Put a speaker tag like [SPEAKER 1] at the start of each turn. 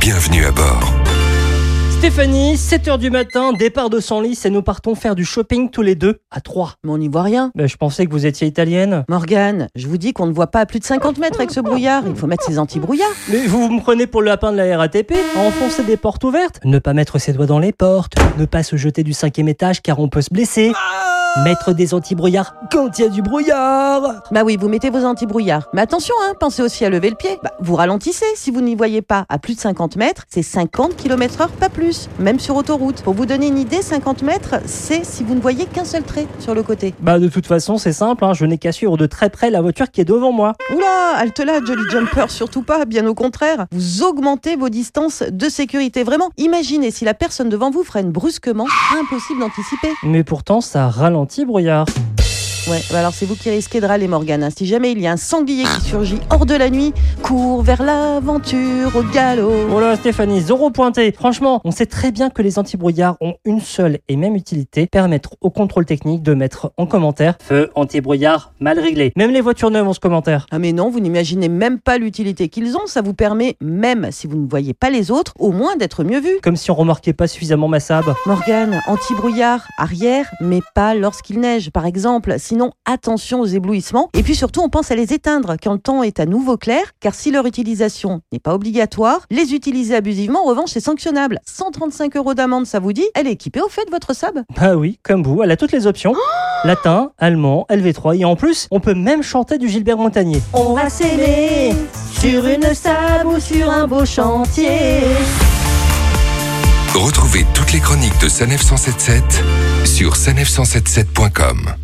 [SPEAKER 1] Bienvenue à bord.
[SPEAKER 2] Stéphanie, 7h du matin, départ de Senlis et nous partons faire du shopping tous les deux à 3.
[SPEAKER 3] Mais on n'y voit rien.
[SPEAKER 2] je pensais que vous étiez italienne.
[SPEAKER 3] Morgane, je vous dis qu'on ne voit pas à plus de 50 mètres avec ce brouillard. Il faut mettre ses anti-brouillards.
[SPEAKER 2] Mais vous me prenez pour le lapin de la RATP à enfoncer des portes ouvertes, ne pas mettre ses doigts dans les portes, ne pas se jeter du cinquième étage car on peut se blesser, mettre des anti-brouillards quand il y a du brouillard.
[SPEAKER 3] Bah oui, vous mettez vos anti-brouillards. Mais attention, hein, pensez aussi à lever le pied. Bah, vous ralentissez si vous n'y voyez pas. À plus de 50 mètres, c'est 50 km heure, pas plus. Même sur autoroute. Pour vous donner une idée, 50 mètres, c'est si vous ne voyez qu'un seul trait sur le côté.
[SPEAKER 2] Bah de toute façon c'est simple, hein, je n'ai qu'à suivre de très près la voiture qui est devant moi.
[SPEAKER 3] Oula, halte là, Jolly Jumper, surtout pas, bien au contraire. Vous augmentez vos distances de sécurité. Vraiment, imaginez si la personne devant vous freine brusquement, impossible d'anticiper.
[SPEAKER 2] Mais pourtant ça ralentit brouillard.
[SPEAKER 3] Ouais, bah alors c'est vous qui risquez de râler, Morgane. hein. Si jamais il y a un sanglier qui surgit hors de la nuit, cours vers l'aventure au galop.
[SPEAKER 2] Oh là Stéphanie, zéro pointé. Franchement, on sait très bien que les anti-brouillards ont une seule et même utilité, permettre au contrôle technique de mettre en commentaire feu anti-brouillard mal réglé. Même les voitures neuves ont ce commentaire.
[SPEAKER 3] Ah mais non, vous n'imaginez même pas l'utilité qu'ils ont, ça vous permet, même si vous ne voyez pas les autres, au moins d'être mieux vu.
[SPEAKER 2] Comme si on remarquait pas suffisamment ma sab.
[SPEAKER 3] Morgane, anti-brouillard, arrière, mais pas lorsqu'il neige, par exemple. Sinon, attention aux éblouissements. Et puis surtout, on pense à les éteindre quand le temps est à nouveau clair, car si leur utilisation n'est pas obligatoire, les utiliser abusivement, en revanche, c'est sanctionnable. 135 euros d'amende, ça vous dit Elle est équipée au fait, votre sable
[SPEAKER 2] Bah oui, comme vous, elle a toutes les options. Latin, allemand, LV3 et en plus, on peut même chanter du Gilbert Montagnier.
[SPEAKER 3] On va s'aimer sur une sable ou sur un beau chantier.
[SPEAKER 1] Retrouvez toutes les chroniques de Sanef 177 sur sanef177.com.